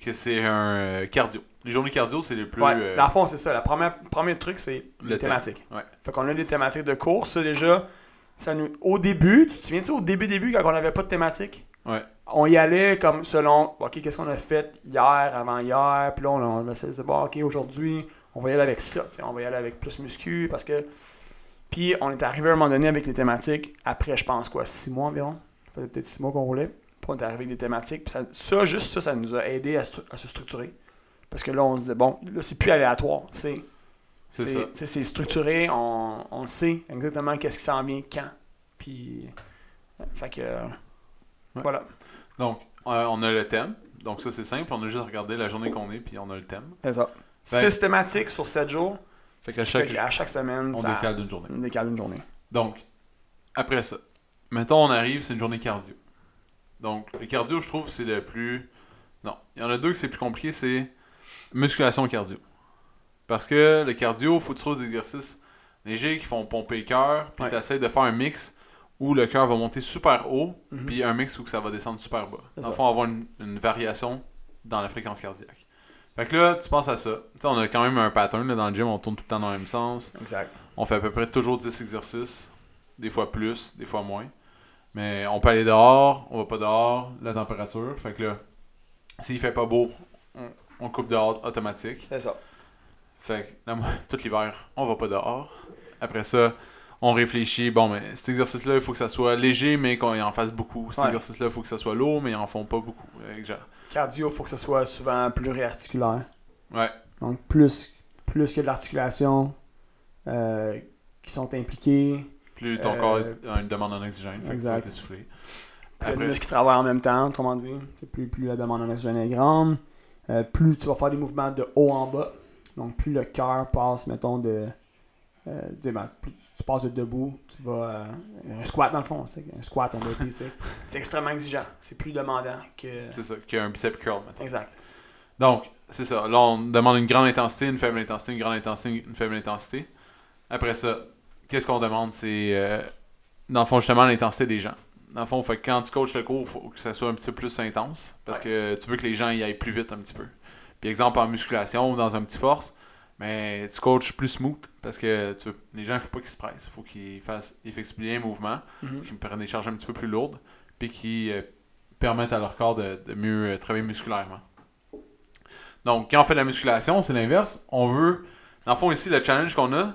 [SPEAKER 1] que c'est un euh, cardio. Les journées cardio, c'est les plus.
[SPEAKER 2] Ouais,
[SPEAKER 1] euh,
[SPEAKER 2] dans le fond, c'est ça. Le premier, premier truc, c'est
[SPEAKER 1] Le
[SPEAKER 2] les
[SPEAKER 1] thème.
[SPEAKER 2] thématiques.
[SPEAKER 1] Ouais.
[SPEAKER 2] Fait qu'on a des thématiques de course. Ça, déjà, ça nous... au début, tu te souviens-tu au début, début, quand on n'avait pas de thématique
[SPEAKER 1] Ouais.
[SPEAKER 2] On y allait comme selon, OK, qu'est-ce qu'on a fait hier, avant-hier, puis là, on, on essaie de se dire, bon, OK, aujourd'hui, on va y aller avec ça. tu sais, On va y aller avec plus muscu parce que. Puis, on est arrivé à un moment donné avec les thématiques, après, je pense, quoi, six mois environ. Ça faisait peut-être six mois qu'on roulait. Puis, on est arrivé avec des thématiques. Puis, ça, ça, juste ça, ça nous a aidé à, stru- à se structurer. Parce que là, on se disait, bon, là, c'est plus aléatoire. C'est.
[SPEAKER 1] C'est
[SPEAKER 2] C'est
[SPEAKER 1] ça.
[SPEAKER 2] tu sais, c'est structuré, on, on sait exactement qu'est-ce qui s'en vient quand. Puis. euh, Fait que. Voilà.
[SPEAKER 1] Donc, euh, on a le thème. Donc, ça, c'est simple. On a juste regardé la journée qu'on est, puis on a le thème.
[SPEAKER 2] C'est ça.
[SPEAKER 1] Fait-
[SPEAKER 2] Six thématiques sur 7 jours.
[SPEAKER 1] Ben Fait
[SPEAKER 2] Ce
[SPEAKER 1] qu'à
[SPEAKER 2] qui
[SPEAKER 1] chaque
[SPEAKER 2] fait que à chaque semaine,
[SPEAKER 1] on
[SPEAKER 2] ça
[SPEAKER 1] décale d'une journée.
[SPEAKER 2] on décale une journée.
[SPEAKER 1] Donc, après ça, mettons, on arrive, c'est une journée cardio. Donc, le cardio, je trouve, c'est le plus. Non, il y en a deux que c'est plus compliqué, c'est musculation cardio. Parce que le cardio, faut que tu trouves des exercices légers qui font pomper le cœur, puis
[SPEAKER 2] Ouais.
[SPEAKER 1] tu de faire un mix où le cœur va monter super haut,
[SPEAKER 2] Mhm.
[SPEAKER 1] puis un mix où que ça va descendre super bas.
[SPEAKER 2] C'est
[SPEAKER 1] Dans le
[SPEAKER 2] ça.
[SPEAKER 1] fond, on va avoir une, une variation dans la fréquence cardiaque. Fait que là, tu penses à ça. Tu sais, on a quand même un pattern là, dans le gym, on tourne tout le temps dans le même sens.
[SPEAKER 2] Exact.
[SPEAKER 1] On fait à peu près toujours 10 exercices, des fois plus, des fois moins. Mais on peut aller dehors, on va pas dehors, la température. Fait que là, s'il fait pas beau, on, on coupe dehors automatique.
[SPEAKER 2] C'est ça.
[SPEAKER 1] Fait que là, moi, tout l'hiver, on va pas dehors. Après ça, on réfléchit, bon, mais cet exercice-là, il faut que ça soit léger, mais qu'on en fasse beaucoup. Cet
[SPEAKER 2] Ouais.
[SPEAKER 1] exercice-là, il faut que ça soit lourd, mais ils en font pas beaucoup. Euh, genre-
[SPEAKER 2] Cardio, faut que ce soit souvent pluriarticulaire.
[SPEAKER 1] Ouais,
[SPEAKER 2] Donc, plus, plus que de l'articulation euh, qui sont impliquées,
[SPEAKER 1] plus ton
[SPEAKER 2] Euh,
[SPEAKER 1] corps a une demande en oxygène, fait que ça va
[SPEAKER 2] exact.
[SPEAKER 1] t'essouffler.
[SPEAKER 2] plus le
[SPEAKER 1] Après-
[SPEAKER 2] muscle qui travaille en même temps, autrement dit. C'est Plus, plus la demande en oxygène est grande, euh, plus tu vas faire des mouvements de haut en bas. Donc, plus le cœur passe, mettons, de. euh, tu sais, ben, plus tu passes de debout, tu vas. euh, un squat, dans le fond, c'est un squat, un burpee, c'est c'est extrêmement exigeant. C'est plus demandant que.
[SPEAKER 1] C'est ça, qu'il y a un bicep curl, mettons.
[SPEAKER 2] Exact.
[SPEAKER 1] Donc, c'est ça. Là, on demande une grande intensité, une faible intensité, une grande intensité, une faible intensité. Après ça, qu'est-ce qu'on demande C'est, euh, dans le fond, justement, l'intensité des gens. Dans le fond, fait que quand tu coaches le cours, faut que ça soit un petit peu plus intense parce que tu veux que les gens y aillent plus vite un petit peu. Puis, exemple, en musculation ou dans un petit force, mais tu coaches plus smooth parce que tu veux- les gens, il faut pas qu'ils se pressent. Il faut qu'ils fassent effectuent bien le mouvement
[SPEAKER 2] Mhm.
[SPEAKER 1] qui me prennent des charges un petit peu plus lourdes, puis qui euh, permettent à leur corps de, de mieux euh, travailler musculairement. Donc, quand on fait de la musculation, c'est l'inverse. On veut, dans le fond, ici, le challenge qu'on a,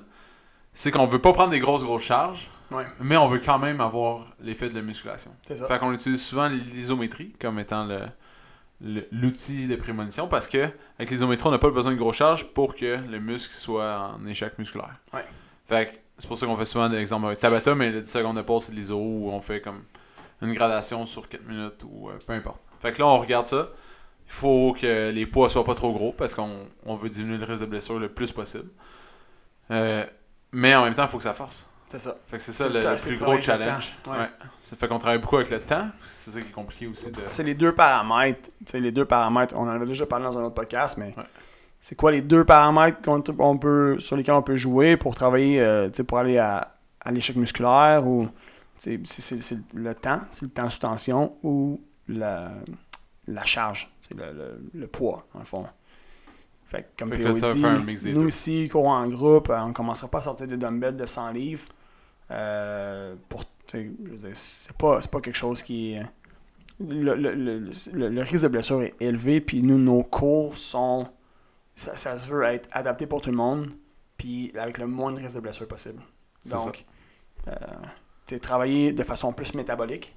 [SPEAKER 1] c'est qu'on veut pas prendre des grosses, grosses charges,
[SPEAKER 2] Ouais.
[SPEAKER 1] mais on veut quand même avoir l'effet de la musculation.
[SPEAKER 2] C'est ça.
[SPEAKER 1] Fait qu'on utilise souvent l'isométrie comme étant le- le- l'outil de prémonition parce que avec l'isométrie, on n'a pas besoin de gros charges pour que le muscle soit en échec musculaire.
[SPEAKER 2] Ouais.
[SPEAKER 1] Fait que c'est pour ça qu'on fait souvent l'exemple avec Tabata, mais le 10 secondes de pause, c'est de l'iso où on fait comme une gradation sur 4 minutes ou euh, peu importe. Fait que là, on regarde ça. Il faut que les poids soient pas trop gros parce qu'on on veut diminuer le risque de blessure le plus possible. Euh, mais en même temps, il faut que ça force.
[SPEAKER 2] C'est ça.
[SPEAKER 1] Fait que c'est ça
[SPEAKER 2] C'est
[SPEAKER 1] le,
[SPEAKER 2] le temps,
[SPEAKER 1] le
[SPEAKER 2] c'est
[SPEAKER 1] plus
[SPEAKER 2] le
[SPEAKER 1] gros
[SPEAKER 2] travail de
[SPEAKER 1] challenge.
[SPEAKER 2] temps. Ouais.
[SPEAKER 1] Ouais. Ça fait qu'on travaille beaucoup avec le temps. C'est ça qui est compliqué aussi de.
[SPEAKER 2] C'est les deux paramètres. Tu sais, les deux paramètres, on en avait déjà parlé dans un autre podcast, mais
[SPEAKER 1] Ouais.
[SPEAKER 2] c'est quoi les deux paramètres qu'on t- on peut, sur lesquels on peut jouer pour travailler, euh, tu sais, pour aller à, à l'échec musculaire ou tu sais, c'est c'est- c'est le temps, c'est le temps sous tension ou la, la charge, c'est le, le- le poids, dans le fond. Fait que, comme
[SPEAKER 1] Fait que
[SPEAKER 2] PO
[SPEAKER 1] là, ça
[SPEAKER 2] dit,
[SPEAKER 1] fait un mix des
[SPEAKER 2] nous
[SPEAKER 1] deux.
[SPEAKER 2] aussi, courant en groupe, euh, on ne commencera pas à sortir des dumbbells de 100 livres. Euh, pour, tu sais, je veux dire, c'est pas, c'est pas quelque chose qui est. Le, le- le- le- le risque de blessure est élevé, puis nous, nos cours sont. Ça, ça se veut être adapté pour tout le monde, puis avec le moins de risque de blessure possible.
[SPEAKER 1] C'est
[SPEAKER 2] Donc, euh, tu sais, travailler de façon plus métabolique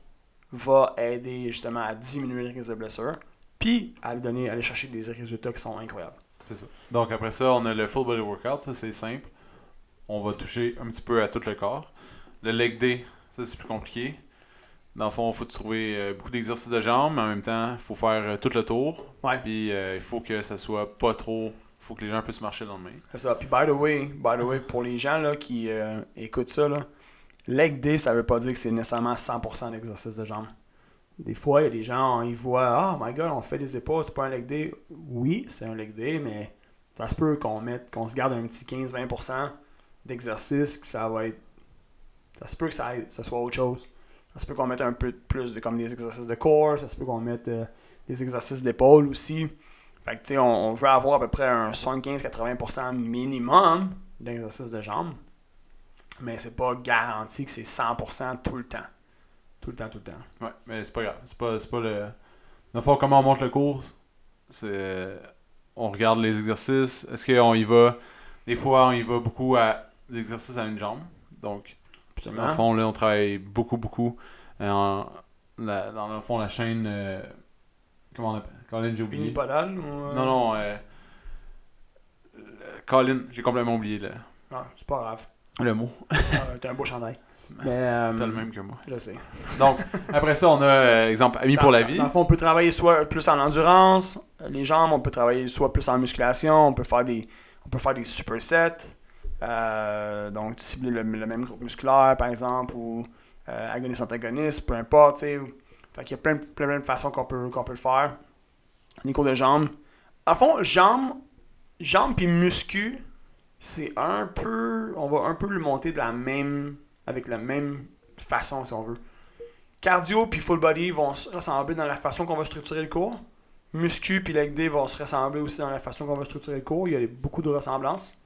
[SPEAKER 2] va aider justement à diminuer le risque de blessure, puis à le donner, aller chercher des résultats qui sont incroyables.
[SPEAKER 1] C'est ça. Donc après ça, on a le full body workout, ça c'est simple. On va toucher un petit peu à tout le corps. Le leg day, ça c'est plus compliqué. Dans le fond, il faut trouver euh, beaucoup d'exercices de jambes, mais en même temps, il faut faire euh, tout le tour.
[SPEAKER 2] Ouais.
[SPEAKER 1] Puis euh, il faut que ça soit pas trop. Il faut que les gens puissent marcher le lendemain.
[SPEAKER 2] C'est ça. Puis by the way, by the way, pour les gens là, qui euh, écoutent ça, là, leg day, ça veut pas dire que c'est nécessairement 100% d'exercice de jambes. Des fois, il y a des gens, ils voient « Oh my God, on fait des épaules, c'est pas un leg day. » Oui, c'est un leg day, mais ça se peut qu'on mette, qu'on se garde un petit 15-20% d'exercice, que ça va être... Ça se peut que ça, aille- ça soit autre chose. Ça se peut qu'on mette un peu de plus de comme des exercices de corps, ça se peut qu'on mette euh, des exercices d'épaule aussi. Fait que, tu sais, on, on veut avoir à peu près un 75-80% minimum d'exercice de jambes, mais c'est pas garanti que c'est 100% tout le temps. Tout le temps, tout le temps.
[SPEAKER 1] Ouais, mais c'est pas grave. C'est pas, c'est pas le. Dans le fond, comment on monte le cours C'est. On regarde les exercices. Est-ce qu'on y va. Des fois, on y va beaucoup à l'exercice à une jambe. Donc, dans le fond, là, on travaille beaucoup, beaucoup. euh, en- la- dans le fond, la chaîne. euh, comment on appelle Colin, j'ai oublié.
[SPEAKER 2] Unipodal ou... euh,
[SPEAKER 1] Non, non. euh, le- Colin, j'ai complètement oublié le,
[SPEAKER 2] Ah, c'est pas grave.
[SPEAKER 1] le mot.
[SPEAKER 2] Ah, T'as un beau chandail. Mais, euh,
[SPEAKER 1] T'as le même que moi.
[SPEAKER 2] Je sais.
[SPEAKER 1] Donc, après ça, on a, euh, exemple, Amis pour
[SPEAKER 2] Dans-
[SPEAKER 1] la vie.
[SPEAKER 2] Dans le fond, on peut travailler soit plus en endurance, les jambes, on peut travailler soit plus en musculation, on peut faire des, on peut faire des supersets, euh, donc cibler le, le même groupe musculaire, par exemple, ou agoniste-antagoniste, peu importe. tu sais. Fait qu'il y a plein, plein, plein de façons qu'on peut, qu'on peut le faire. Les cours de jambes. À fond, jambes, jambes puis muscu, c'est un peu. On va un peu le monter de la même. avec la même façon, si on veut cardio puis full body vont se ressembler dans la façon qu'on va structurer le cours. Muscu puis leg day vont se ressembler aussi dans la façon qu'on va structurer le cours. Il y a beaucoup de ressemblances.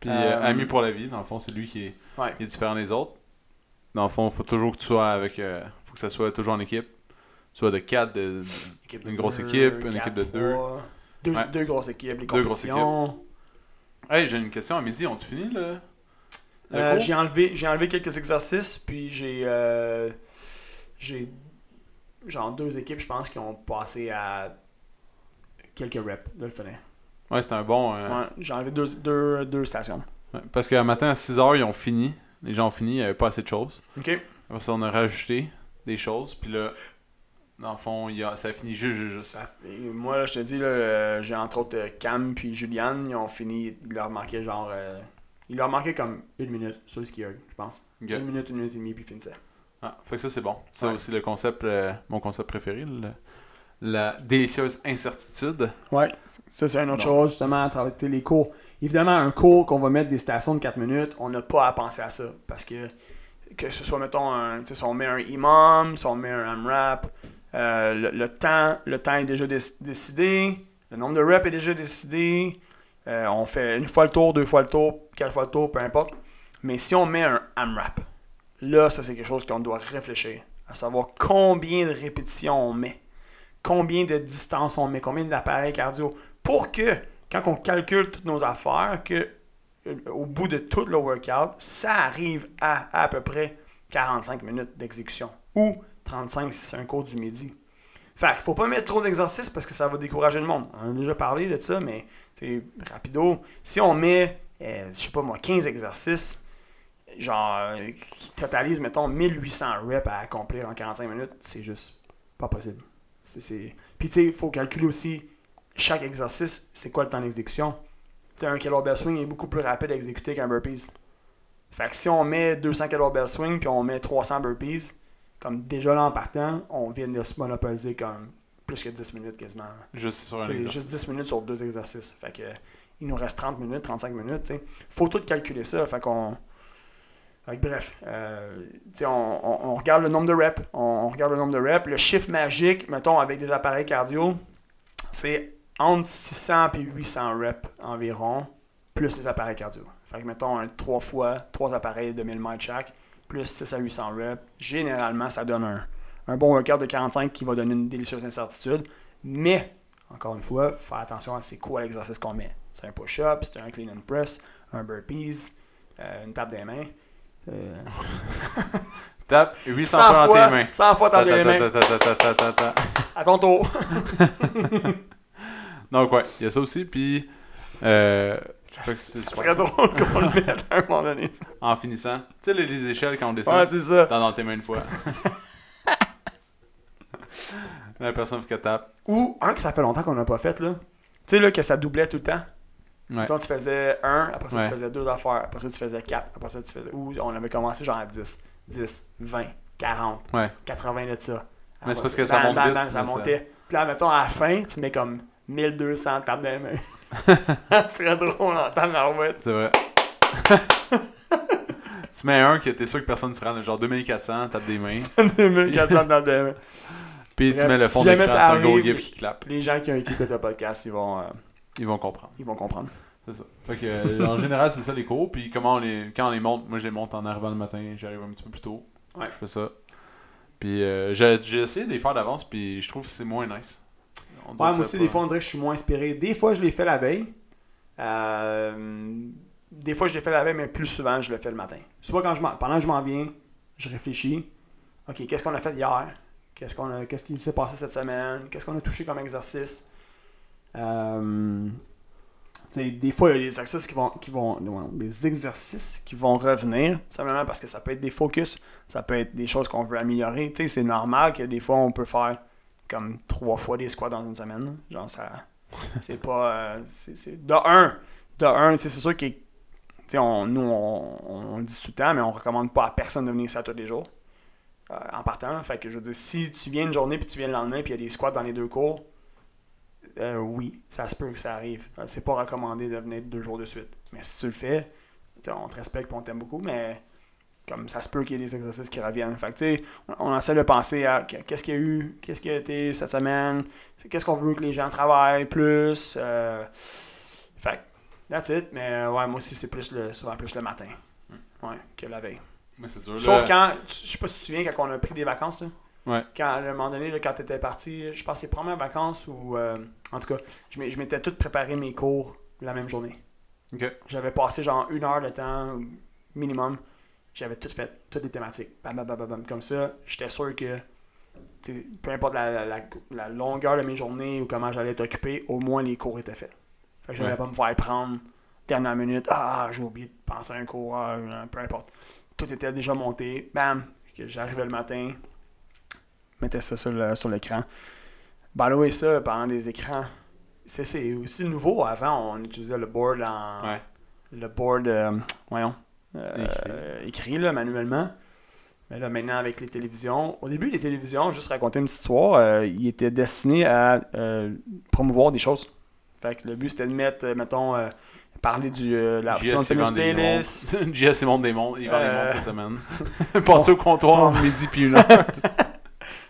[SPEAKER 1] Puis, euh,
[SPEAKER 2] Euh,
[SPEAKER 1] Amis pour la vie, dans le fond, c'est lui qui est,
[SPEAKER 2] Ouais.
[SPEAKER 1] qui est différent des autres. Dans le fond, faut toujours que tu sois avec. euh, faut que ça soit toujours en équipe. Soit de 4, de,
[SPEAKER 2] Équipe
[SPEAKER 1] de Une grosse équipe, une équipe de deux.
[SPEAKER 2] trois. Deux,
[SPEAKER 1] Ouais.
[SPEAKER 2] deux grosses équipes, les
[SPEAKER 1] Deux grosses
[SPEAKER 2] compétitions.
[SPEAKER 1] Hey, j'ai une question à midi. On-tu fini le, le
[SPEAKER 2] Euh,
[SPEAKER 1] cours?
[SPEAKER 2] j'ai enlevé, j'ai enlevé quelques exercices, puis j'ai, euh, j'ai genre deux équipes, je pense, qui ont passé à quelques reps de le finir.
[SPEAKER 1] Ouais, c'était un bon. euh,
[SPEAKER 2] Ouais, j'ai enlevé deux, deux, deux stations.
[SPEAKER 1] ouais, parce qu'un matin, à 6h, ils ont fini. Les gens ont fini. Il n'y avait pas assez de choses.
[SPEAKER 2] Ok.
[SPEAKER 1] Après ça, on a rajouté des choses. Puis là, dans le fond, il y a- ça a fini juste, juste, juste.
[SPEAKER 2] Ça fait- moi, là, je te dis, là, euh, j'ai entre autres euh, Cam puis Juliane, ils ont fini, il leur manquait genre. euh, il leur manquait comme une minute sur le skieur, je pense.
[SPEAKER 1] Ok.
[SPEAKER 2] Une minute, une minute et demie, puis ils finissaient.
[SPEAKER 1] Ah, fait que ça, c'est bon. Ça
[SPEAKER 2] Mm. Ouais.
[SPEAKER 1] aussi, le concept, euh, mon concept préféré, le- la délicieuse incertitude.
[SPEAKER 2] Ouais. Ça, c'est une autre
[SPEAKER 1] Bon.
[SPEAKER 2] chose, justement, à travers les cours. Évidemment, un cours qu'on va mettre des stations de 4 minutes, on n'a pas à penser à ça. Parce que, que ce soit, mettons, un, tu sais, si on met un imam, si on met un AMRAP, euh, le, le temps, le temps est déjà déc- décidé, le nombre de reps est déjà décidé, euh, on fait une fois le tour, deux fois le tour, quatre fois le tour, peu importe. Mais si on met un AMRAP, là, ça, c'est quelque chose qu'on doit réfléchir, à savoir combien de répétitions on met combien de distance on met, combien d'appareils cardio, pour que quand on calcule toutes nos affaires, que euh, au bout de tout le workout, ça arrive à à peu près 45 minutes d'exécution ou 35 si c'est un cours du midi. Fait qu'il faut pas mettre trop d'exercices parce que ça va décourager le monde. On en a déjà parlé de ça, mais c'est rapido. Si on met, euh, je sais pas moi, 15 exercices, genre, euh, qui totalisent, mettons, 1800 reps à accomplir en 45 minutes, c'est juste pas possible. C'est- c'est- Puis tu sais, il faut calculer aussi chaque exercice, c'est quoi le temps d'exécution. Tu sais, un kettlebell swing est beaucoup plus rapide à exécuter qu'un burpees. Fait que si on met 200 kettlebell swing puis on met 300 burpees, comme déjà là en partant, on vient de se monopoliser comme plus que 10 minutes quasiment.
[SPEAKER 1] Juste sur un
[SPEAKER 2] Tu sais,
[SPEAKER 1] exercice.
[SPEAKER 2] juste 10 minutes sur deux exercices. Fait que il nous reste 30 minutes, 35 minutes. tu sais. Faut tout calculer ça. Fait qu'on. fait que bref, euh, tu sais, on, on- on regarde le nombre de reps, on, on regarde le nombre de reps. Le chiffre magique, mettons, avec des appareils cardio, c'est entre 600 et 800 reps environ, plus les appareils cardio. Fait que mettons, un 3 fois 3 appareils de 1000 mètres chaque, plus 6 à 800 reps. Généralement, ça donne un, un bon workout de 45 qui va donner une délicieuse incertitude. Mais, encore une fois, faire attention à c'est quoi l'exercice qu'on met. C'est un push-up, c'est un clean and press, un burpees, euh, une tape des mains. Euh,
[SPEAKER 1] Tape 800 fois dans
[SPEAKER 2] fois,
[SPEAKER 1] tes mains.
[SPEAKER 2] 100 fois tape des mains.
[SPEAKER 1] Ta, ta, ta, ta, ta, ta, ta, ta.
[SPEAKER 2] À ton tour.
[SPEAKER 1] Donc, ouais, il y a ça aussi. Puis, euh, fait que c'est
[SPEAKER 2] Ça
[SPEAKER 1] super
[SPEAKER 2] serait
[SPEAKER 1] ça.
[SPEAKER 2] drôle qu'on le mette à un moment donné.
[SPEAKER 1] en finissant, tu sais, les, les échelles quand on descend,
[SPEAKER 2] Ouais, c'est ça.
[SPEAKER 1] t'en as dans tes mains une fois. La personne faut qu'elle tape.
[SPEAKER 2] Ou un que ça fait longtemps qu'on n'a pas fait, là. Tu sais, là, que ça doublait tout le temps.
[SPEAKER 1] Ouais.
[SPEAKER 2] Donc, tu faisais un, après ça,
[SPEAKER 1] Ouais.
[SPEAKER 2] tu faisais deux affaires, après ça, tu faisais quatre, après ça, tu faisais. Ou on avait commencé genre à 10, 10, 20, 40,
[SPEAKER 1] Ouais.
[SPEAKER 2] 80 de ça. Ah, Après
[SPEAKER 1] c'est parce que ça monte vite,
[SPEAKER 2] ça
[SPEAKER 1] mais ça-
[SPEAKER 2] montait. Puis là, mettons, à la fin, tu mets comme 1200 de table de main. ça serait drôle en tabarouette.
[SPEAKER 1] C'est vrai. tu mets un que t'es sûr que personne ne se rend, genre 2400, tape des mains.
[SPEAKER 2] 2400 de table de main.
[SPEAKER 1] Puis tu
[SPEAKER 2] Bref,
[SPEAKER 1] mets le
[SPEAKER 2] si
[SPEAKER 1] fond
[SPEAKER 2] jamais
[SPEAKER 1] d'écran, c'est
[SPEAKER 2] ça
[SPEAKER 1] un gros
[SPEAKER 2] arrive-
[SPEAKER 1] gif qui clappe.
[SPEAKER 2] Les gens qui ont écouté le podcast, ils vont, euh,
[SPEAKER 1] Ils vont comprendre.
[SPEAKER 2] ils vont comprendre.
[SPEAKER 1] C'est ça. Fait que, euh, en général, c'est ça les cours. Puis comment on les, quand on les monte, moi je les monte en arrivant le matin, j'arrive un petit peu plus tôt.
[SPEAKER 2] Ouais.
[SPEAKER 1] Je fais ça. Puis euh, j'ai j'ai essayé de les faire d'avance, puis je trouve que c'est moins nice. On dirait
[SPEAKER 2] Ouais,
[SPEAKER 1] que
[SPEAKER 2] moi aussi,
[SPEAKER 1] pas-
[SPEAKER 2] des fois, on dirait que je suis moins inspiré. Des fois, je l'ai fait la veille. Euh, des fois, je l'ai fait la veille, mais plus souvent, je le fais le matin. Soit quand je m'en- pendant que je m'en viens, je réfléchis. OK, qu'est-ce qu'on a fait hier? Qu'est-ce qu'on a- qu'est-ce qui s'est passé cette semaine? Qu'est-ce qu'on a touché comme exercice? Euh, tu sais, des fois, il y a des exercices qui vont, qui vont non, des exercices qui vont revenir, simplement parce que ça peut être des focus, ça peut être des choses qu'on veut améliorer. Tu sais, c'est normal que des fois, on peut faire comme trois fois des squats dans une semaine. Genre, ça. C'est pas. euh, c'est, c'est- de un, de un, tu sais, c'est sûr que. Tu sais, on, nous, on, on le dit tout le temps, mais on recommande pas à personne de venir ça tous les jours. euh, en partant. là. Fait que je veux dire, si tu viens une journée puis tu viens le lendemain puis il y a des squats dans les deux cours, euh, oui, ça se peut que ça arrive. Euh, C'est pas recommandé de venir deux jours de suite. Mais si tu le fais, tu sais, on te respecte et on t'aime beaucoup, mais comme ça se peut qu'il y ait des exercices qui reviennent. Fait que, tu sais, on, on essaie de penser à qu- qu'est-ce qu'il y a eu, qu'est-ce qu'il y a été cette semaine, c'est- qu'est-ce qu'on veut que les gens travaillent plus. euh, fait que, that's it. Mais euh, ouais, moi aussi, c'est plus le, souvent plus le matin mm, ouais, que la veille.
[SPEAKER 1] Mais c'est dur.
[SPEAKER 2] Sauf
[SPEAKER 1] là.
[SPEAKER 2] quand, tu- je sais pas si tu te souviens, quand on a pris des vacances, là.
[SPEAKER 1] Ouais.
[SPEAKER 2] Quand, à un moment donné, là, quand tu étais parti, je pense que les premières vacances ou. euh, en tout cas, je m'ai- je m'étais tout préparé mes cours la même journée.
[SPEAKER 1] Ok.
[SPEAKER 2] J'avais passé genre une heure de temps minimum. J'avais tout fait, toutes les thématiques. Bam, bam, bam, bam, bam. Comme ça, j'étais sûr que tu sais, peu importe la, la- la- la longueur de mes journées ou comment j'allais être occupé, au moins les cours étaient faits. Fait que j'allais
[SPEAKER 1] Ouais.
[SPEAKER 2] pas me faire prendre dernière minute. Ah, j'ai oublié de penser à un cours, ah, euh, peu importe. Tout était déjà monté. Bam, que j'arrivais le matin, mettais ça sur le- sur l'écran. By the way, ça, parlant des écrans, c'est- c'est aussi nouveau. Avant, on utilisait le board en,
[SPEAKER 1] Ouais.
[SPEAKER 2] le board, euh, voyons, euh,
[SPEAKER 1] Écrit.
[SPEAKER 2] euh, écrit là, manuellement. Mais là, maintenant, avec les télévisions, au début, les télévisions, juste raconter une petite histoire, euh, ils étaient destinés à euh, promouvoir des choses. Fait que le but, c'était de mettre, euh, mettons, euh, parler du euh, la
[SPEAKER 1] JS,
[SPEAKER 2] petite
[SPEAKER 1] il vend des
[SPEAKER 2] playlist.
[SPEAKER 1] montres. JS, il monte des montres. Il vend des
[SPEAKER 2] Euh,
[SPEAKER 1] montres cette semaine. Passer au comptoir entre midi puis une heure.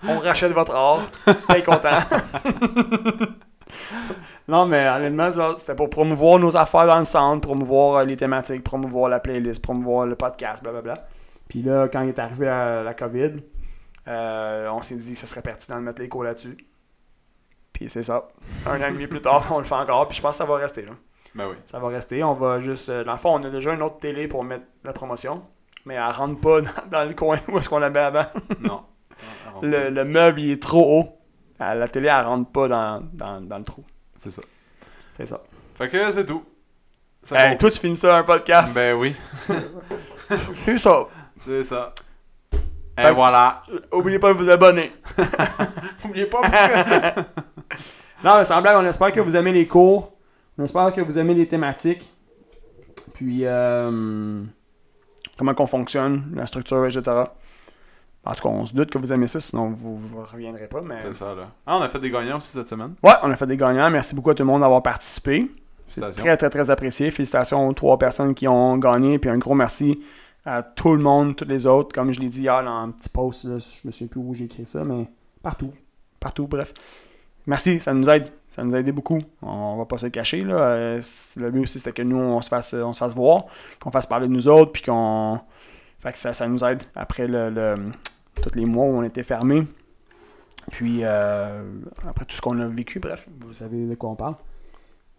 [SPEAKER 2] On rachète votre or. T'es content. non, mais honnêtement, ça, c'était pour promouvoir nos affaires dans le centre, promouvoir euh, les thématiques, promouvoir la playlist, promouvoir le podcast, blablabla. Puis là, quand il est arrivé euh, la COVID, euh, on s'est dit que ce serait pertinent de mettre les cours là-dessus. Puis c'est ça. Un an et demi plus tard, on le fait encore. Puis je pense que ça va rester. Là.
[SPEAKER 1] Ben oui.
[SPEAKER 2] Ça va rester. On va juste. euh, Dans le fond, on a déjà une autre télé pour mettre la promotion. Mais elle rentre pas dans, dans le coin où est-ce qu'on l'avait avant.
[SPEAKER 1] Non.
[SPEAKER 2] Le, le meuble, il est trop haut. Euh, La télé, elle rentre pas dans, dans, dans le trou.
[SPEAKER 1] C'est ça.
[SPEAKER 2] C'est ça.
[SPEAKER 1] Fait que c'est tout. Ça
[SPEAKER 2] Hey,
[SPEAKER 1] compte.
[SPEAKER 2] toi, tu finis ça un podcast.
[SPEAKER 1] Ben oui. Ben.
[SPEAKER 2] C'est ça.
[SPEAKER 1] C'est ça. Et
[SPEAKER 2] Fait que-
[SPEAKER 1] voilà.
[SPEAKER 2] Euh, Oubliez pas de vous abonner.
[SPEAKER 1] N'oubliez pas. parce que-
[SPEAKER 2] Non, mais sans blague, on espère que vous aimez les cours. On espère que vous aimez les thématiques. Puis, euh, comment qu'on fonctionne, la structure, etc. En tout cas, on se doute que vous aimez ça, sinon vous ne reviendrez pas. Mais...
[SPEAKER 1] c'est ça, là. Ah, on a fait des gagnants aussi cette semaine.
[SPEAKER 2] Ouais, on a fait des gagnants. Merci beaucoup à tout le monde d'avoir participé. C'est
[SPEAKER 1] Félicitations.
[SPEAKER 2] très, très, très apprécié. Félicitations aux trois personnes qui ont gagné. Puis un gros merci à tout le monde, toutes les autres. Comme je l'ai dit hier dans un petit post, là, je me souviens plus où j'ai écrit ça, mais partout. Partout, bref. Merci, ça nous aide. Ça nous a aidé beaucoup. On va pas se le cacher. Là. Euh, c- Le but aussi, c'était que nous, on se fasse, on se fasse voir, qu'on fasse parler de nous autres, puis qu'on. Fait que ça, ça nous aide après le, le- tous les mois où on était fermés. Puis euh, après tout ce qu'on a vécu, bref, vous savez de quoi on parle.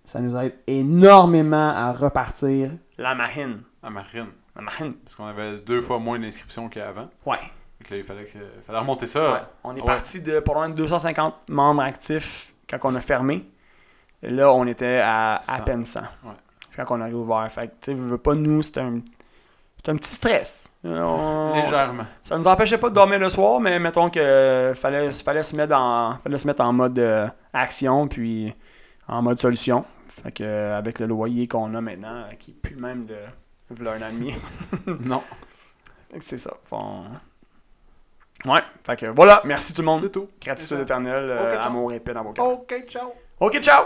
[SPEAKER 2] Ça nous aide énormément à repartir la marine.
[SPEAKER 1] À Marine.
[SPEAKER 2] La marine.
[SPEAKER 1] Parce qu'on avait deux fois moins d'inscriptions qu'avant.
[SPEAKER 2] Ouais.
[SPEAKER 1] Fait que là, il fallait, que... il fallait remonter ça. euh,
[SPEAKER 2] Ouais. On est
[SPEAKER 1] Ah. Ouais.
[SPEAKER 2] parti de pas loin de 250 membres actifs quand on a fermé. Et Là, on était à à
[SPEAKER 1] 100.
[SPEAKER 2] peine 100.
[SPEAKER 1] Ouais.
[SPEAKER 2] Quand on a réouvert. Fait que, tu sais, je veux pas, nous, c'était un, c'était un petit stress. Euh, On-
[SPEAKER 1] Légèrement.
[SPEAKER 2] Ça nous empêchait pas de dormir le soir, mais mettons que fallait, fallait, se, mettre en, fallait se mettre en mode euh, action, puis en mode solution. Fait que, euh, avec le loyer qu'on a maintenant, euh, qui est plus le même de v'là un an et demi.
[SPEAKER 1] non.
[SPEAKER 2] Fait que c'est ça. Fait on- Ouais, fait que voilà, merci tout le monde.
[SPEAKER 1] C'est tout.
[SPEAKER 2] Gratitude éternelle,
[SPEAKER 1] Ok,
[SPEAKER 2] euh,
[SPEAKER 1] ciao.
[SPEAKER 2] amour épais dans vos cœurs.
[SPEAKER 1] Ok, ciao.
[SPEAKER 2] Ok, ciao!